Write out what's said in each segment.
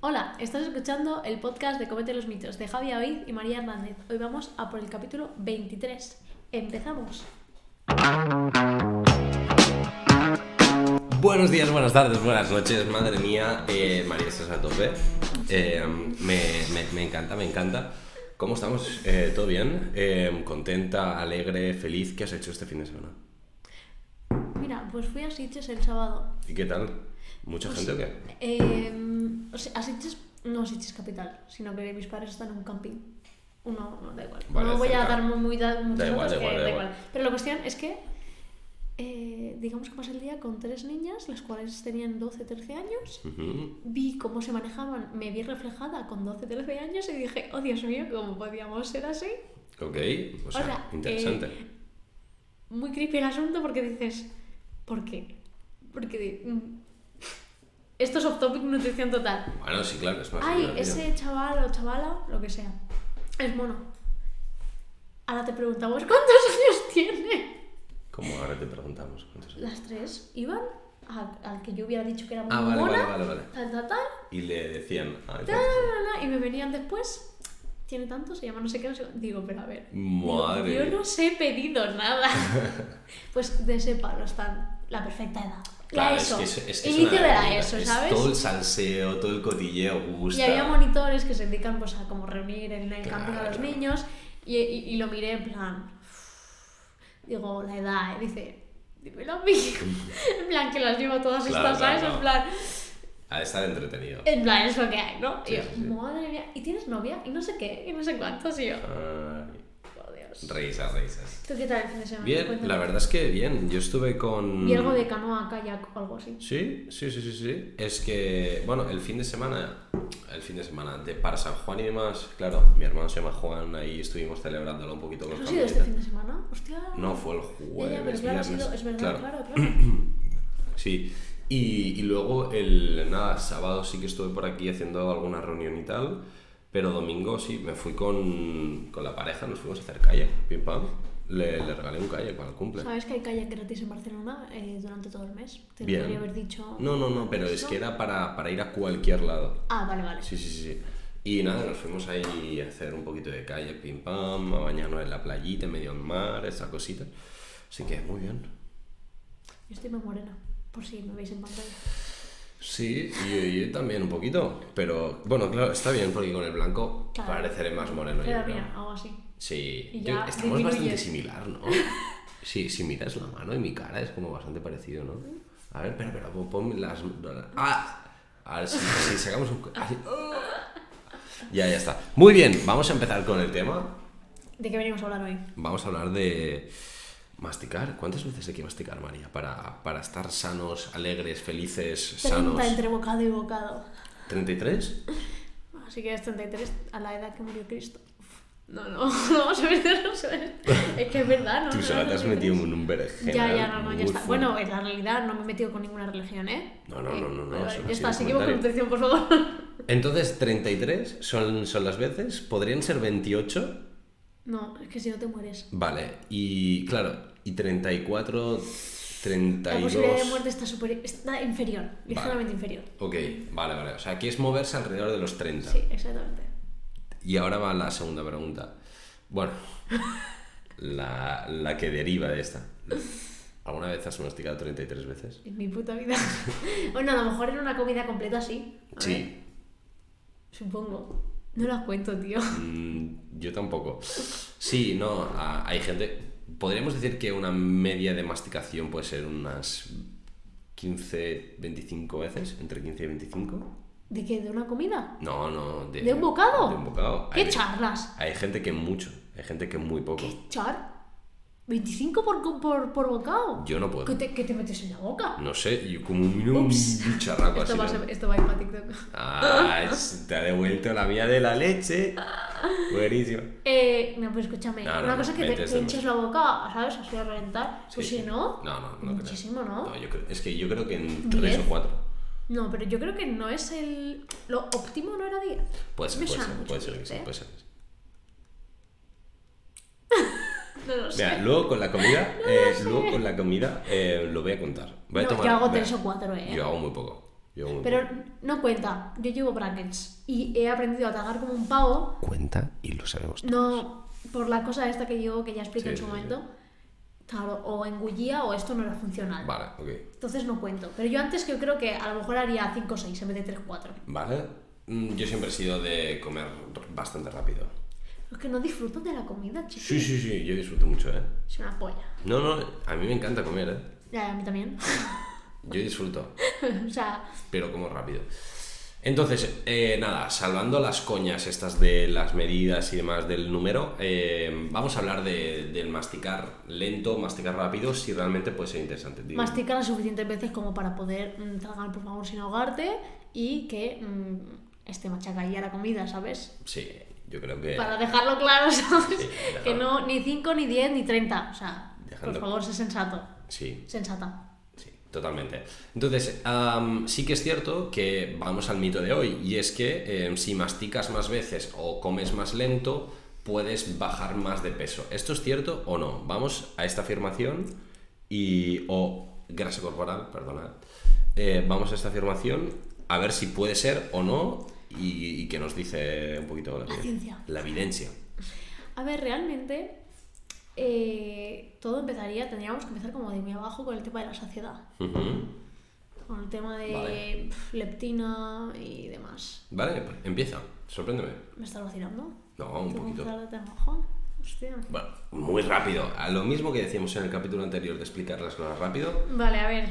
Hola, estás escuchando el podcast de Comete los mitos de Javi Oid y María Hernández. Hoy vamos a por el capítulo 23. Empezamos. Buenos días, buenas tardes, buenas noches, madre mía, eh, María, estás a tope. Eh, me, me- me encanta, me encanta. ¿Cómo estamos? Eh, ¿Todo bien? Eh, ¿Contenta, alegre, feliz? ¿Qué has hecho este fin de semana? Mira, pues fui a Sitges el sábado. ¿Y qué tal? ¿Mucha Pues- gente o qué? Eh, o sea, a Sitges, no a Sitges capital, sino que mis padres están en un camping. Uno, no, da igual. Vale, no voy a cerca. dar mu- muy, da- muchos Da igual, datos, da que igual, da igual. Pero la cuestión es que, eh, digamos que pasé el día con tres niñas, las cuales tenían 12, 13 años. Ujú. vi cómo se manejaban, me vi reflejada con 12, 13 años y dije, oh Dios mío, ¿cómo podíamos ser así? Ok, o sea, sea, interesante. eh, Muy creepy el asunto porque dices, ¿por qué? Porque de- mm, esto es off topic nutrición total. Bueno, sí, claro, es más. Ay, divertido. ese chaval o chavala, lo que sea, es mono. Ahora te preguntamos, ¿cuántos años tiene? ¿Cómo ahora te preguntamos? ¿Cuántos años? Las tres iban al, al que yo hubiera dicho que era muy Ah, vale, mona, vale, vale, vale. tal, tal, tal, Y le decían. ah, Ta, na, na, na, y me venían después. Tiene tanto, se llama no sé qué, no sé. Digo, pero a ver. digo, Madre. Yo no os he pedido nada. pues de ese palo están la perfecta edad. Claro, la ESO. es que es, es que es Inicio una de la locura. ESO, Es ¿sabes? todo el salseo, todo el cotilleo, gusta. Y había monitores que se dedican pues, a como reunir en el camping a los Claro. niños. Y, y- y lo miré en plan. Digo, la edad, ¿eh? dice. Dímelo a mí. en plan, que las llevo todas Claro, estas, claro, ¿sabes? En claro. plan. Ha de estar entretenido. En plan, es lo que hay, ¿no? Sí, y yo, sí, sí. madre mía, ¿y tienes novia? Y no sé qué, y no sé cuántos, y yo, Ay, oh Dios. Ah, risas, risas. ¿Tú qué tal el fin de semana? Bien, Ah, Cuéntame. la verdad es que bien. Yo estuve con. Vi algo de canoa, kayak o algo así. Sí, sí, sí, sí, sí. Es que, bueno, el fin de semana, el fin de semana de para San Juan y demás, claro, mi hermano se llama Juan, ahí estuvimos celebrándolo un poquito con ¿Eso ha los sido este fin familiares. de semana? Hostia. No, fue el Ya, jueves. ya, pero claro, ha viernes. sido, es verdad, Claro. claro, claro. Sí, y, y luego el, nada, sábado sí que estuve por aquí haciendo alguna reunión y tal, pero domingo sí, me fui con, con la pareja, nos fuimos a hacer calle, pim pam, le, le regalé un calle para el cumple. ¿Sabes que hay kayak gratis en Barcelona eh, durante todo el mes? Ah, Te Bien. lo podría haber dicho. No, no, no, pero es que era para, para ir a cualquier lado. Ah, vale, vale. Sí, sí, sí, sí. Y nada, nos fuimos ahí a hacer un poquito de calle, pim pam, a bañarnos en la playita, en medio del mar, esas cositas. Así que muy bien. Yo estoy muy morena, por si me veis en pantalla. Sí, y, y también un poquito. Pero bueno, claro, está bien porque con el blanco Claro. pareceré más moreno. yo Pero creo. mira, algo así. Sí, Y Yo- ya estamos disminuyes. bastante similar, ¿no? Sí, si miras la mano y mi cara es como bastante parecido, ¿no? A ver, pero, pero, pon- pon las... ¡Ah! A ver si, si sacamos un... así. Ya, ya está. Muy bien, vamos a empezar con el tema. ¿De qué venimos a hablar hoy? Vamos a hablar de masticar. ¿Cuántas veces hay que masticar, María? Para, para estar sanos, alegres, felices, 30 sanos. entre bocado y bocado. ¿33? Así que es 33 a la edad que murió Cristo. Uf, No, no, no vamos a meternos en esto. Es que es verdad, ¿no? Tú No, sola no, te has 33. metido en un berenjenal. Ya, ya, no, no, muy ya está. fuerte. Bueno, en la realidad no me he metido con ninguna religión, ¿eh? No, no, Eh, no, no, no, vale, vale. solo ha Ya está, sido un seguimos con nutrición, por favor. Entonces, 33 son, son las veces, podrían ser 28. No, es que si no te mueres. Vale, y claro, y 34, La posibilidad de 32. muerte está, superi- está inferior, ligeramente inferior. Ok, vale, vale. O sea, aquí es moverse alrededor de los 30. Sí, exactamente. Y ahora va la segunda pregunta. Bueno, la, la que deriva de esta. ¿Alguna vez has masticado 33 veces? En mi puta vida. bueno, a lo mejor en una comida completa sí. A ver, Sí. Supongo. No las cuento, tío. Mm, yo tampoco. Sí, no, a- hay gente. Podríamos decir que una media de masticación puede ser unas 15, 25 veces, entre 15 y 25. ¿De qué? ¿De una comida? No, no, de, ¿De un bocado? De un bocado. ¿Qué hay, charlas? hay gente que mucho, hay gente que muy poco. ¿Qué char? ¿25 por, co- por, por bocado? Yo no puedo. ¿Qué te, qué te metes en la boca? No sé, yo como un mínimo un Ups. bicharraco así. Esto va, a ¿no? ser- esto va a ir para TikTok. Ah, es- te ha devuelto la mía de la leche. Ah. Buenísimo. Eh, no, pues escúchame, No, no, una no, cosa es que te metes que en- eches la boca, ¿sabes? Así a reventar. Pues Sí, si sí. no, No, no, no. creo. muchísimo, ¿no? yo creo- es que yo creo que en 3 o Diez. 4. No, pero yo creo que no es el. Lo óptimo no era 10. Puede ser, Me puede suena ser, mucho puede ser que diez, sí, ¿eh? puede ser que sí. No lo sé. Mira, luego con la comida, eh, luego con la comida eh, lo voy a contar. Voy a No, tomar- yo hago voy a- 3 o 4, ¿eh? Yo hago muy poco. Yo muy Pero poco. no cuenta, yo llevo brackets y he aprendido a tagar como un pavo, Cuenta y lo sabemos. no por la cosa esta que llevo que ya expliqué Sí, en su sí, sí. momento. Claro, o engullía o esto no era funcional. Vale, ok. Entonces no cuento. Pero yo antes que yo creo que a lo mejor haría 5 o 6 en vez de 3 4. Vale. Mm, Yo siempre he sido de comer bastante rápido. Es que no disfruto de la comida, chicos. Sí, sí, sí, yo disfruto mucho, ¿eh? Es una polla. No, no, a mí me encanta comer, ¿eh? Ya, a mí también. Yo disfruto, o sea, pero como rápido. Entonces, eh, nada, salvando las coñas estas de las medidas y demás del número, eh, vamos a hablar de- del masticar lento, masticar rápido, si realmente puede ser interesante. tío. mastica las suficientes veces como para poder mm, tragar, por favor, sin ahogarte y que mm, esté machacailla la comida, ¿sabes? Sí, yo creo que... Para dejarlo claro, ¿sabes? Eh. Sí, déjalo. que no, ni 5, ni 10, ni 30. O sea, Dejando- por favor, sé sensato. Sí, Sensata. Sí, totalmente. Entonces, am, sí que es cierto que vamos al mito de hoy, y es que em, si masticas más veces o comes más lento, puedes bajar más de peso. ¿Esto es cierto o no? Vamos a esta afirmación y. o grasa corporal, perdona. Eh, vamos a esta afirmación a ver si puede ser o no y, y que nos dice un poquito la, evidencia. ciencia. La evidencia. A ver, realmente eh, todo empezaría, tendríamos que empezar como de muy abajo con el tema de la saciedad. Ujú. Con el tema de Vale. pf, leptina y demás. Vale, empieza. Sorpréndeme. ¿Me estás vacilando? No, un ¿Tengo poquito. que hablar de trabajo? Hostia. Bueno, muy rápido. A lo mismo que decíamos en el capítulo anterior de explicar las cosas rápido. Vale, a ver.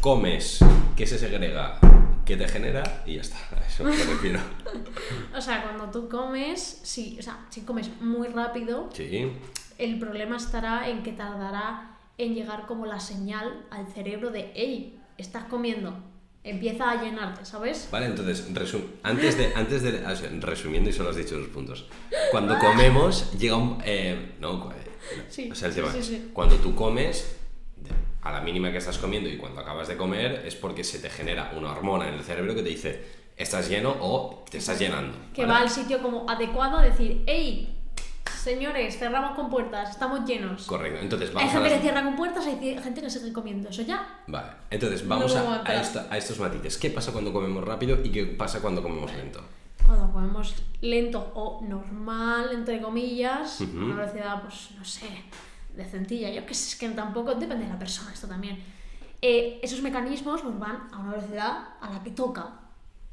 Comes, que se segrega, que te genera y ya está. A eso me refiero. O sea, cuando tú comes, sí, o sea, si comes muy rápido, Sí, el problema estará en que tardará en llegar como la señal al cerebro de, hey, estás comiendo, empieza a llenarte, ¿sabes? Vale, entonces, resum- antes de, antes de o sea, resumiendo y solo has dicho los puntos. Cuando comemos, llega un... eh, no, cu- eh, no. Sí, o sea, el sí, tema sí, es, sí. cuando tú comes, de- a la mínima que estás comiendo y cuando acabas de comer, es porque se te genera una hormona en el cerebro que te dice, estás lleno o te estás llenando. Que ¿vale? va al sitio como adecuado a decir, hey, señores, cerramos con puertas, estamos llenos. Correcto, entonces hay vamos a gente las- que cierra con puertas, hay ci- gente que sigue comiendo, eso ya. Vale, entonces vamos No a- a, aguanta. esta- a estos matices. ¿Qué pasa cuando comemos rápido y qué pasa cuando comemos lento? Cuando comemos lento o normal, entre comillas, a una velocidad, pues no sé, decentilla, yo que sé, es que tampoco, depende de la persona esto también. Eh, esos mecanismos pues, van a una velocidad a la que toca,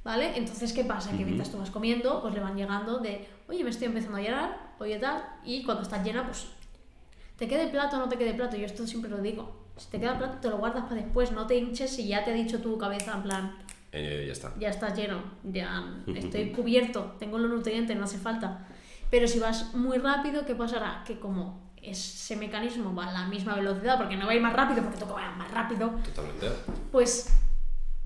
¿vale? Entonces, ¿qué pasa? Que mientras tú vas comiendo, pues le van llegando de, oye, me estoy empezando a llenar, oye tal, y cuando estás llena, pues te quede plato o no te quede plato, yo esto siempre lo digo. Si te queda plato, te lo guardas para después, no te hinches y ya te ha dicho tu cabeza en plan, Eh, ya está. ya estás lleno, ya estoy cubierto, tengo los nutrientes, no hace falta. Pero si vas muy rápido, ¿qué pasará? Que como ese mecanismo va a la misma velocidad, porque no va a ir más rápido, porque toca más rápido, Totalmente. pues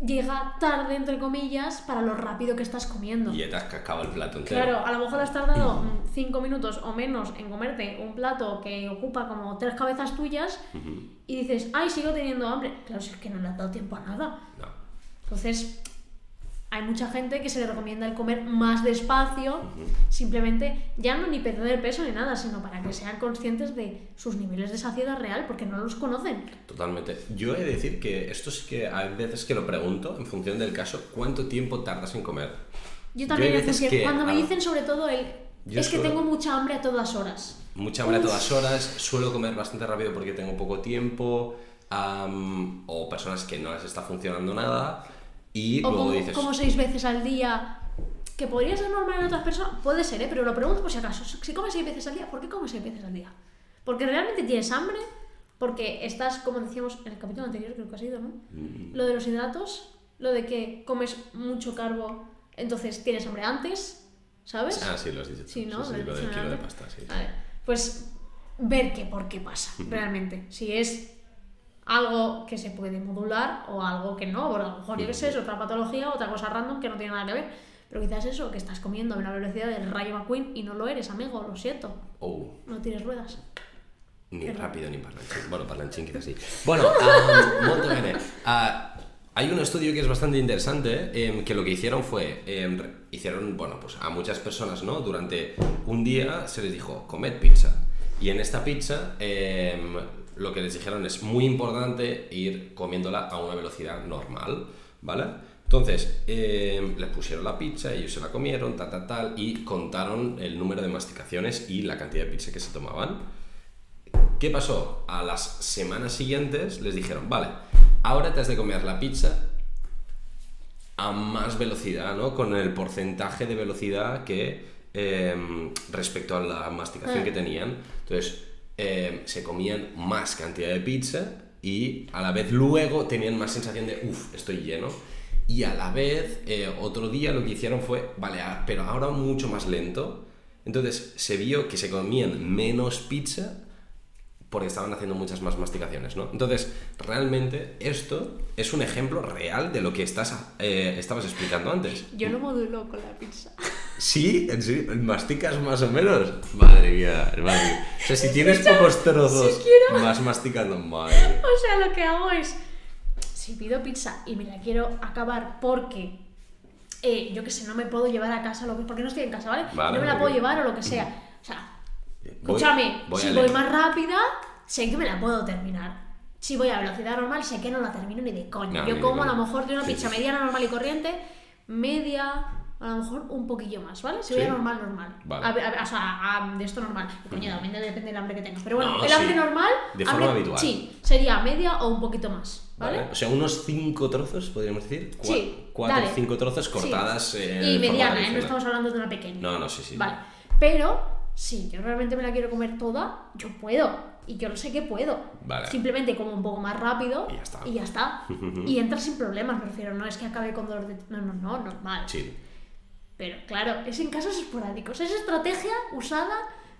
llega tarde, entre comillas, para lo rápido que estás comiendo. Y ya te has cascado el plato entero. Claro, a lo mejor has tardado 5 minutos o menos en comerte un plato que ocupa como tres cabezas tuyas y dices, ay, sigo teniendo hambre. Claro, si es que no le has dado tiempo a nada. No. Entonces, hay mucha gente que se le recomienda el comer más despacio, simplemente ya no ni perder peso ni nada, sino para que sean conscientes de sus niveles de saciedad real, porque no los conocen. Totalmente. Yo he de decir que esto sí que a veces que lo pregunto, en función del caso, ¿cuánto tiempo tardas en comer? Yo también hay he veces funcionado- que- cuando me ah, dicen sobre todo el Yo es que suelo- tengo mucha hambre a todas horas. Mucha hambre a todas horas, suelo comer bastante rápido porque tengo poco tiempo, am, o personas que no les está funcionando nada, y O luego como, dices... como seis veces al día. Que podría ser normal en otras personas, puede ser, ¿eh? pero lo pregunto por si acaso. Si comes seis veces al día, ¿por qué comes seis veces al día? Porque realmente tienes hambre, porque estás, como decíamos en el capítulo anterior, creo que ha sido, ¿no? "Mm". Lo de los hidratos, lo de que comes mucho carbo, entonces tienes hambre antes, ¿sabes? Ah, sí, lo has dicho. tú. Sí, ¿no? Sí, sí, Lo lo he del dicho kilo de antes. pasta, sí. Vale, Pues ver qué por qué pasa realmente. Si es algo que se puede modular o algo que no, porque a lo mejor yo qué sé, es otra patología, otra cosa random que no tiene nada que ver. Pero quizás eso, que estás comiendo a una velocidad del Rayo McQueen y no lo eres, amigo, lo siento. Oh. No tienes ruedas. Ni rápido ni parlanchín. Bueno, parlanchín quizás sí. Bueno, ah, molto bene. Ah, hay un estudio que es bastante interesante, em, que lo que hicieron fue, em, re- hicieron, bueno, pues a muchas personas, ¿no? Durante un día se les dijo, comed pizza. Y en esta pizza em, lo que les dijeron es muy importante ir comiéndola a una velocidad normal, ¿vale? Entonces, eh, les pusieron la pizza, ellos se la comieron, tal, tal, tal, y contaron el número de masticaciones y la cantidad de pizza que se tomaban. ¿Qué pasó? A las semanas siguientes les dijeron, vale, ahora te has de comer la pizza a más velocidad, ¿no? Con el porcentaje de velocidad que eh, respecto a la masticación Ah. que tenían. Entonces, eh, se comían más cantidad de pizza y a la vez luego tenían más sensación de, uff, estoy lleno. Y a la vez, eh, otro día lo que hicieron fue, vale, a- pero ahora mucho más lento. Entonces, se vio que se comían menos pizza porque estaban haciendo muchas más masticaciones, ¿no? Entonces, realmente esto es un ejemplo real de lo que estás, eh, estabas explicando antes. Yo lo modulo con la pizza. Sí, en serio, masticas más o menos. Madre mía, madre mía. O sea, si tienes pocos trozos, vas masticando. Madre mía. O sea, lo que hago es, si pido pizza y me la quiero acabar porque, eh, yo qué sé, no me puedo llevar a casa, lo que, porque no estoy en casa, ¿vale? Vale, no me la ok. puedo llevar o lo que sea. O sea, Voy- escúchame, voy a si leer. voy más rápida, sé que me la puedo terminar. Si voy a velocidad normal, sé que no la termino ni de coña. No, ni Yo de como a coña. lo mejor de una Sí, pizza sí, sí. mediana, normal y corriente, media, a lo mejor un poquillo más, ¿vale? Si voy Sí. a normal, normal. Vale. A ver, a ver, o sea, a- de esto normal. Coño, también depende del hambre que tengas. Pero bueno, No, el sí. hambre normal... De forma hambre- habitual. Sí, sería media o un poquito más, ¿vale? O sea, unos cinco trozos, podríamos decir. Cua- Sí, Cuatro o dale. cinco trozos Sí. cortadas. eh, Y en mediana, ¿eh? forma No tradicional. estamos hablando de una pequeña. No, no, sí, sí. Vale. Pero, si yo realmente me la quiero comer toda, yo puedo. Y yo lo sé que puedo. Vale. Simplemente como un poco más rápido. Y ya está. Y está. Y entra sin problemas, me refiero. No es que acabe con dolor de. No, no, no, normal. Chill. Pero claro, es en casos esporádicos. Es estrategia usada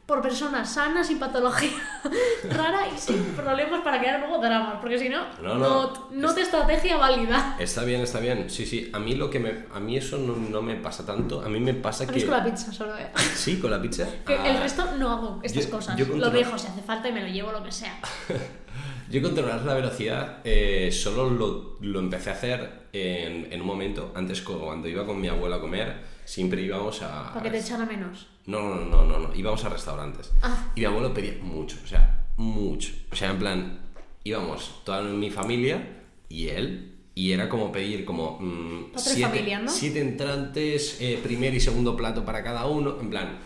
por personas sanas y patología rara y sin problemas para crear luego dramas. Porque si no, No, no. no te estrategia válida. Está bien, está bien. Sí, sí. A mí, lo que me, a mí eso no, no me pasa tanto. A mí me pasa A mí que. es con la pizza solo, eh. Sí, con la pizza. Que el Ah. resto no hago estas Yo- cosas. yo lo controlo- dejo si hace falta y me lo llevo lo que sea. Yo controlar la velocidad eh, solo lo, lo empecé a hacer en, en un momento, antes co- cuando iba con mi abuela a comer, siempre íbamos a... Para que te echara menos. No, no, no, no, no, íbamos a restaurantes. Ah. Y mi abuelo pedía mucho, o sea, mucho. O sea, en plan, íbamos toda mi familia y él, y era como pedir como... mm, Pa' tres familias, ¿no? siete entrantes, eh, primer y segundo plato para cada uno, en plan...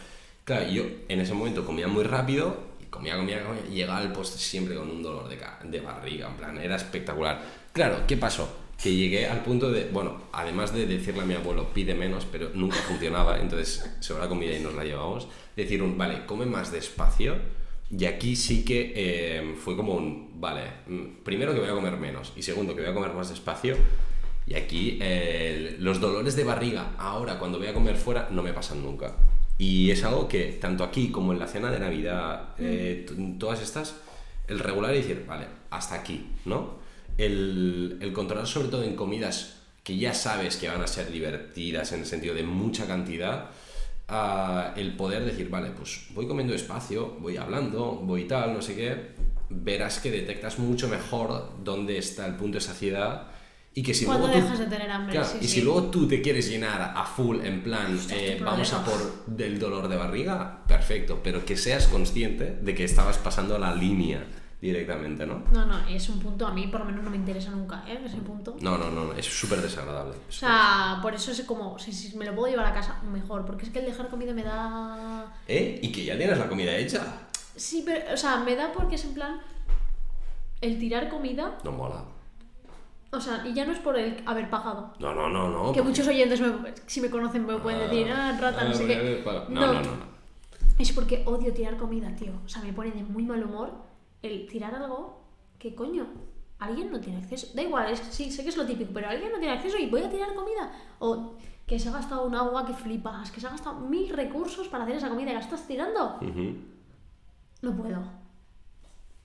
Claro, yo en ese momento comía muy rápido, y comía, comía, comía, y llegaba al postre siempre con un dolor de, ca- de barriga, en plan, era espectacular. Claro, ¿qué pasó? Que llegué al punto de, bueno, además de decirle a mi abuelo, pide menos, pero nunca funcionaba, entonces sobre la comida y nos la llevamos, decirle, vale, come más despacio, y aquí sí que eh, fue como un, vale, mm, primero que voy a comer menos, y segundo que voy a comer más despacio, y aquí eh, los dolores de barriga ahora cuando voy a comer fuera no me pasan nunca. Y es algo que tanto aquí como en la cena de Navidad, eh, t- todas estas, el regular y decir, vale, hasta aquí, ¿no? El, el controlar sobre todo en comidas que ya sabes que van a ser divertidas en el sentido de mucha cantidad, a el poder decir, vale, pues voy comiendo espacio, voy hablando, voy tal, no sé qué, verás que detectas mucho mejor dónde está el punto de saciedad y que si Cuando luego tú- dejas de tener hambre, Claro, sí, y sí. Pues si luego tú te quieres llenar a full en plan Hostia, qué eh, vamos a problema. por del dolor de barriga, perfecto, pero que seas consciente de que estabas pasando la línea directamente, ¿no? No, no, es un punto. A mí por lo menos no me interesa nunca, ¿eh? Ese punto. No, no, no, no, es súper desagradable. O sea, por eso es como, si, si me lo puedo llevar a casa, mejor. Porque es que el dejar comida me da. ¿Eh? Y que ya tienes la comida hecha. Sí, pero, o sea, me da porque es en plan. El tirar comida. No mola. O sea, y ya no es por el haber pagado. No, no, no, no. Que muchos oyentes, me- si me conocen, me pueden decir, ah, rata, no sé qué. No, no, no. no. Es porque odio tirar comida, tío. O sea, me pone de muy mal humor el tirar algo que coño. Alguien no tiene acceso. Da igual, es, sí, sé que es lo típico, pero alguien no tiene acceso y voy a tirar comida. O que se ha gastado un agua que flipas, que se ha gastado mil recursos para hacer esa comida y la estás tirando. Ujú. No puedo.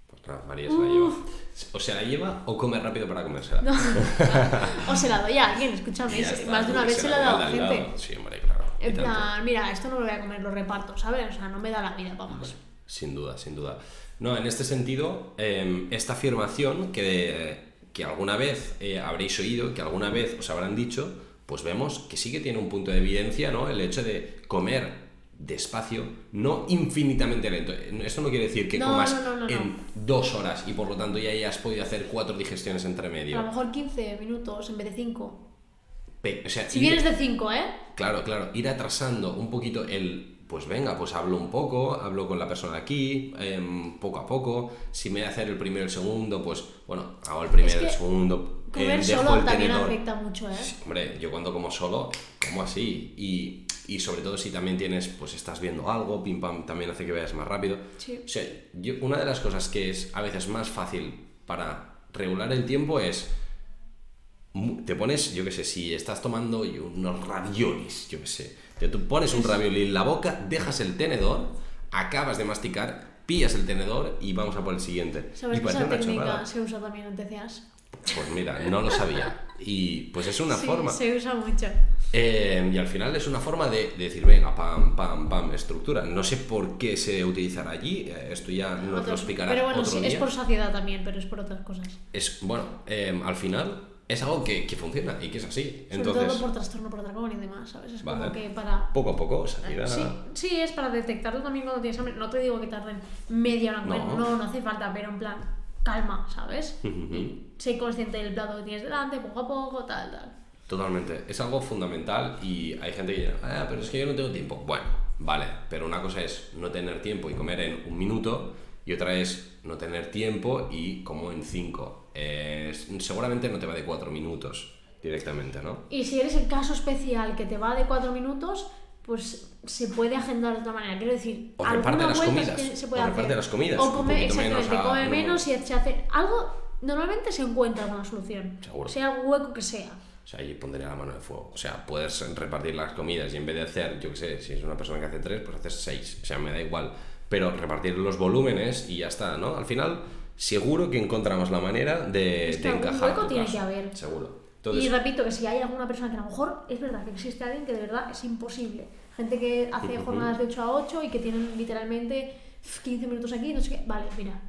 Pues nada, María se la lleva. O se la lleva o come rápido para comérsela. No. o se la doy a alguien, escúchame. Y ya es- está, más de una y vez se la he da dado a al gente. lado. Sí, hombre, claro. Y En tanto. plan, mira, esto no lo voy a comer, lo reparto, ¿sabes? O sea, no me da la vida, vamos. Sin duda, sin duda. No, en este sentido, eh, esta afirmación que, que alguna vez eh, habréis oído, que alguna vez os habrán dicho, pues vemos que sí que tiene un punto de evidencia, ¿no? El hecho de comer despacio, no infinitamente lento. Esto no quiere decir que No, comas no, no, no, no. en dos horas y por lo tanto ya hayas podido hacer cuatro digestiones entre A lo medio. mejor 15 minutos en vez de 5. Pe- o sea, Si ir- vienes de 5, ¿eh? Claro, claro, ir atrasando un poquito el, pues venga, pues hablo un poco, hablo con la persona aquí, em, poco a poco, si me voy a hacer el primero y el segundo, pues bueno, hago el primero y que el segundo, em, Comer dejo solo el también tenedor. afecta mucho, ¿eh? Sí, hombre, yo cuando como solo, como así, y, y sobre todo si también tienes, pues estás viendo algo, pim pam, también hace que vayas más rápido. Sí. O sea, yo- una de las cosas que es a veces más fácil para regular el tiempo es mu- te pones, yo qué sé, si estás tomando yo, unos raviolis, yo qué sé, te tú pones un ravioli en la boca, dejas el tenedor, acabas de masticar, pillas el tenedor y vamos a por el siguiente. ¿Sabes y que esa parece una técnica chorrada. se usa también en TCAs? Pues mira, no lo sabía. Y pues es una sí, forma. se usa mucho. Eh, y al final es una forma de, de decir, venga, pam, pam, pam, estructura. No sé por qué se utilizará allí, eh, esto ya nos lo Otros- explicará pero bueno, otro sí, es día. por saciedad también, pero es por otras cosas. Es- bueno, eh, al final es algo que, que funciona y que es así. Sobre Entonces, todo por trastorno por dragón y demás, ¿sabes? Es Vale. como que para... poco a poco, salir a- Ah, Sí, sí, es para detectarlo también cuando tienes hambre. No te digo que tarden media hora en comer, No. Hmm. no, no, hace falta, pero en plan, calma, ¿sabes? Ujú. Sé consciente del plato que tienes delante, poco a poco, tal, tal. Totalmente, es algo fundamental y hay gente que dice, ah, pero es que yo no tengo tiempo. Bueno, vale, pero una cosa es no tener tiempo y comer en un minuto y otra es no tener tiempo y como en cinco. Eh, s- seguramente no te va de cuatro minutos directamente, ¿no? Y si eres el caso especial que te va de cuatro minutos, pues se puede agendar de otra manera. Quiero decir, O alguna reparte las vuelta comidas, que se puede o hacer. reparte las comidas, O un come, poquito menos exactamente, come a- no- menos y se hace. Algo, normalmente se encuentra alguna solución. Seguro. Sea el hueco que sea. O sea, yo pondría la mano en el fuego. O sea, puedes repartir las comidas y en vez de hacer, yo qué sé, si es una persona que hace tres, pues haces seis. O sea, me da igual. Pero repartir los volúmenes y ya está, ¿no? Al final, seguro que encontramos la manera de, Es que de algún encajar. hueco tu tiene caso. que haber. Seguro. Entonces, y repito que si hay alguna persona que a lo mejor es verdad que existe alguien que de verdad es imposible. Gente que hace Ujú. jornadas de 8 a 8 y que tienen literalmente 15 minutos aquí, no sé qué. Vale, mira.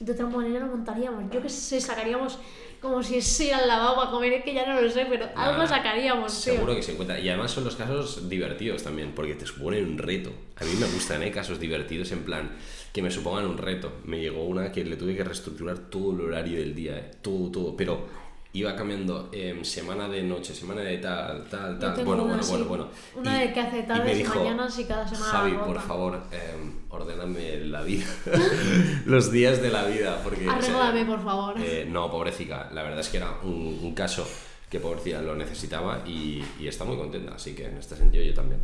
De otra manera lo montaríamos. Yo que sé, sacaríamos como si es ir al lavabo a comer, es que ya no lo sé, pero nada, algo sacaríamos. tío. Seguro que se encuentra. Y además son los casos divertidos también, porque te suponen un reto. A mí me gustan, ¿eh? Casos divertidos en plan que me supongan un reto. Me llegó una que le tuve que reestructurar todo el horario del día, ¿eh? Todo, todo. Pero iba cambiando em, semana de noche, semana de tal, tal, Yo tal. tengo Bueno, una bueno, así, bueno, bueno. una de que hace tardes y mañanas y cada semana Javi, la por rota". favor, em, ordéname la vida. los días de la vida. Porque, o sea, Arréglame, por favor. eh, no, pobrecita, la verdad es que era un, un caso que pobrecita lo necesitaba y, y está muy contenta, así que en este sentido yo también.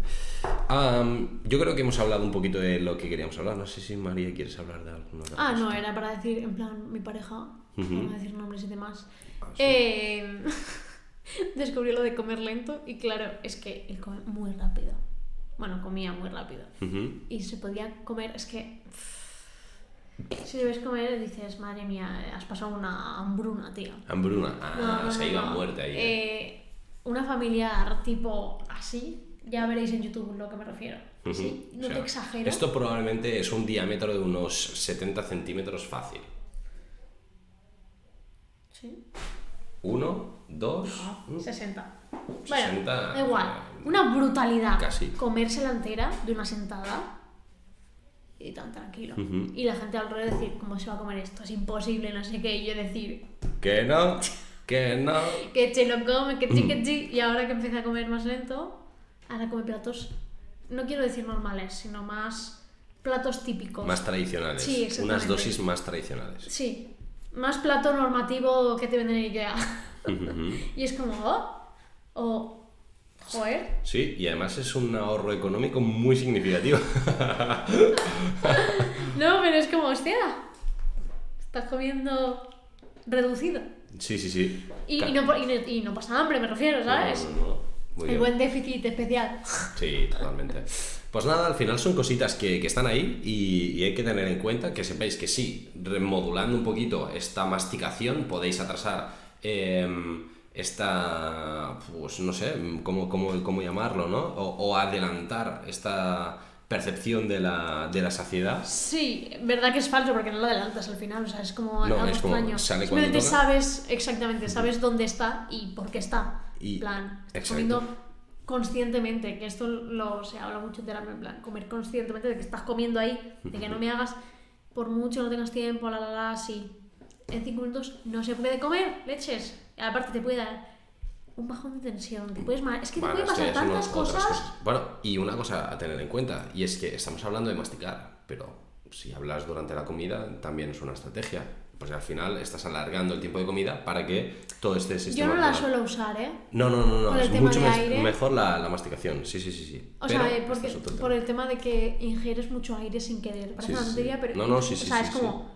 Am, yo creo que hemos hablado un poquito de lo que queríamos hablar, no sé si María quieres hablar de alguna otra Ah, cosa. no, era para decir, en plan, mi pareja, Ujú. para decir nombres y demás. Ah, sí. Eh, descubrí lo de comer lento y claro, es que él come muy rápido. Bueno, comía muy rápido. Ujú. Y se podía comer, es que... Si debes comer, dices, madre mía, has pasado una hambruna, tío. Hambruna, ah, No, no, se no, iba no. muerta ahí. eh. Eh, una familiar tipo así, ya veréis en YouTube lo que me refiero. Ujú. Sí, no O sea, te exagero. Esto probablemente es un diámetro de unos 70 centímetros fácil. Sí. Uno, dos, mm, 60. 60, Bueno, da igual. eh, Una brutalidad. casi. Comérsela entera de una sentada y tan tranquilo. Ujú. Y la gente alrededor decir, ¿cómo se va a comer esto? Es imposible, no sé qué. Y yo decir, que no, que no. que se lo come, que sí, Mm. que sí. Y ahora que empieza a comer más lento, ahora come platos, no quiero decir normales, sino más platos típicos. Más tradicionales, Sí, unas exactamente. dosis más tradicionales. Sí, más plato normativo que te venden en Ikea. Ujú. y es como, oh, o, joder. Sí, y además es un ahorro económico muy significativo. No, pero es como, hostia, estás comiendo reducido. Sí, sí, sí. Y, Ca- y no, y, no, y no pasa hambre, me refiero, ¿sabes? No, no, no. Muy El bien. buen déficit especial. Sí, totalmente. Pues nada, al final son cositas que, que están ahí y, y hay que tener en cuenta que sepáis que sí, remodulando un poquito esta masticación podéis atrasar em, esta, pues no sé, em, cómo, cómo- cómo llamarlo, ¿no? O, o adelantar esta percepción de la, de la saciedad. Sí, verdad que es falso porque no lo adelantas al final, o sea, es como No, algo es como extraño. sale cuando Simplemente toca. sabes exactamente, sabes dónde está y por qué está. Y- En plan, estás exacto. comiendo conscientemente, que esto lo se habla mucho en terapia, en plan, comer conscientemente de que estás comiendo ahí, de que no me hagas por mucho, no tengas tiempo, la la la, sí. En cinco minutos no se puede comer leches. Aparte te puede dar un bajón de tensión. Te puedes ma- es que te pueden pasar tantas son otras cosas. Bueno, y una cosa a tener en cuenta, y es que estamos hablando de masticar, pero si hablas durante la comida también es una estrategia. Pues al final estás alargando el tiempo de comida para que todo este Yo sistema... no la hormonal- suelo usar, ¿eh? No, no, no, no, por el es tema mucho de mes- aire. mejor la, la masticación, sí, sí, sí, sí. O Pero sea, eh, este porque, es otro por tema. el tema de que ingieres mucho aire sin querer. Parece Sí, una sí, sí. tontería, pero. No, no, sí, O sí, sea, sí, es sí. como.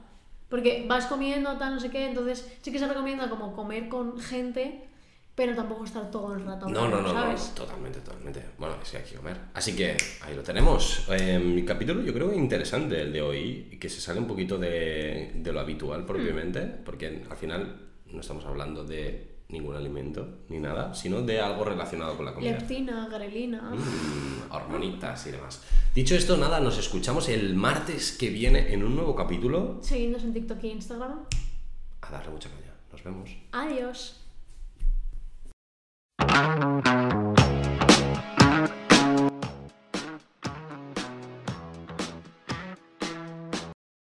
Porque vas comiendo, tal, no sé qué, entonces sí que se recomienda como comer con gente, pero tampoco estar todo el rato. No, no, hablando, no, no, ¿sabes? totalmente, totalmente. Bueno, es que hay que comer. Así que ahí lo tenemos. Eh, mi capítulo yo creo que interesante el de hoy, que se sale un poquito de, de lo habitual propiamente, porque al final no estamos hablando de ningún alimento ni nada, sino de algo relacionado con la comida. Leptina, grelina. Mm, hormonitas y demás. Dicho esto, nada, nos escuchamos el martes que viene en un nuevo capítulo. Seguidnos en TikTok e Instagram. A darle mucha caña. Nos vemos. Adiós.